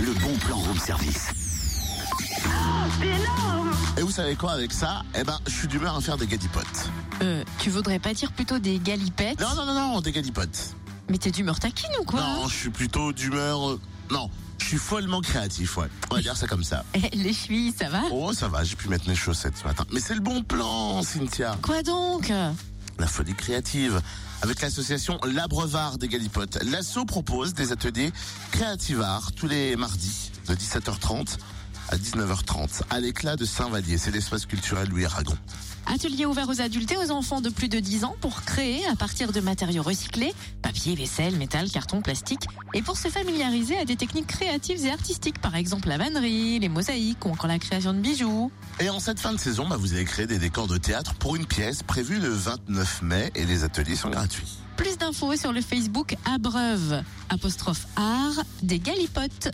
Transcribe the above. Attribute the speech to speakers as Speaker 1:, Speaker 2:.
Speaker 1: le bon plan room service.
Speaker 2: Ah, C'est énorme
Speaker 1: Et vous savez quoi avec ça Eh ben, je suis d'humeur à faire des galipotes.
Speaker 3: Euh, tu voudrais pas dire plutôt des galipettes
Speaker 1: Non, non, non, non, des galipotes.
Speaker 3: Mais t'es d'humeur taquine ou quoi hein
Speaker 1: Non, je suis plutôt d'humeur. euh, Non, je suis follement créatif, ouais. On va dire ça comme ça.
Speaker 3: Eh, Les chevilles, ça va
Speaker 1: Oh, ça va, j'ai pu mettre mes chaussettes ce matin. Mais c'est le bon plan, Cynthia.
Speaker 3: Quoi donc
Speaker 1: La folie créative. Avec l'association L'Abrevard des Galipotes, l'asso propose des ateliers Creative Art tous les mardis de 17h30 à 19h30 à l'éclat de Saint-Vallier. C'est l'espace culturel Louis Aragon.
Speaker 3: Atelier ouvert aux adultes et aux enfants de plus de 10 ans pour créer à partir de matériaux recyclés, papier, vaisselle, métal, carton, plastique, et pour se familiariser à des techniques créatives et artistiques, par exemple la vannerie, les mosaïques ou encore la création de bijoux.
Speaker 1: Et en cette fin de saison, bah, vous allez créer des décors de théâtre pour une pièce prévue le 29 mai et les ateliers sont gratuits.
Speaker 3: Plus d'infos sur le Facebook Abreuve, apostrophe art, des galipotes.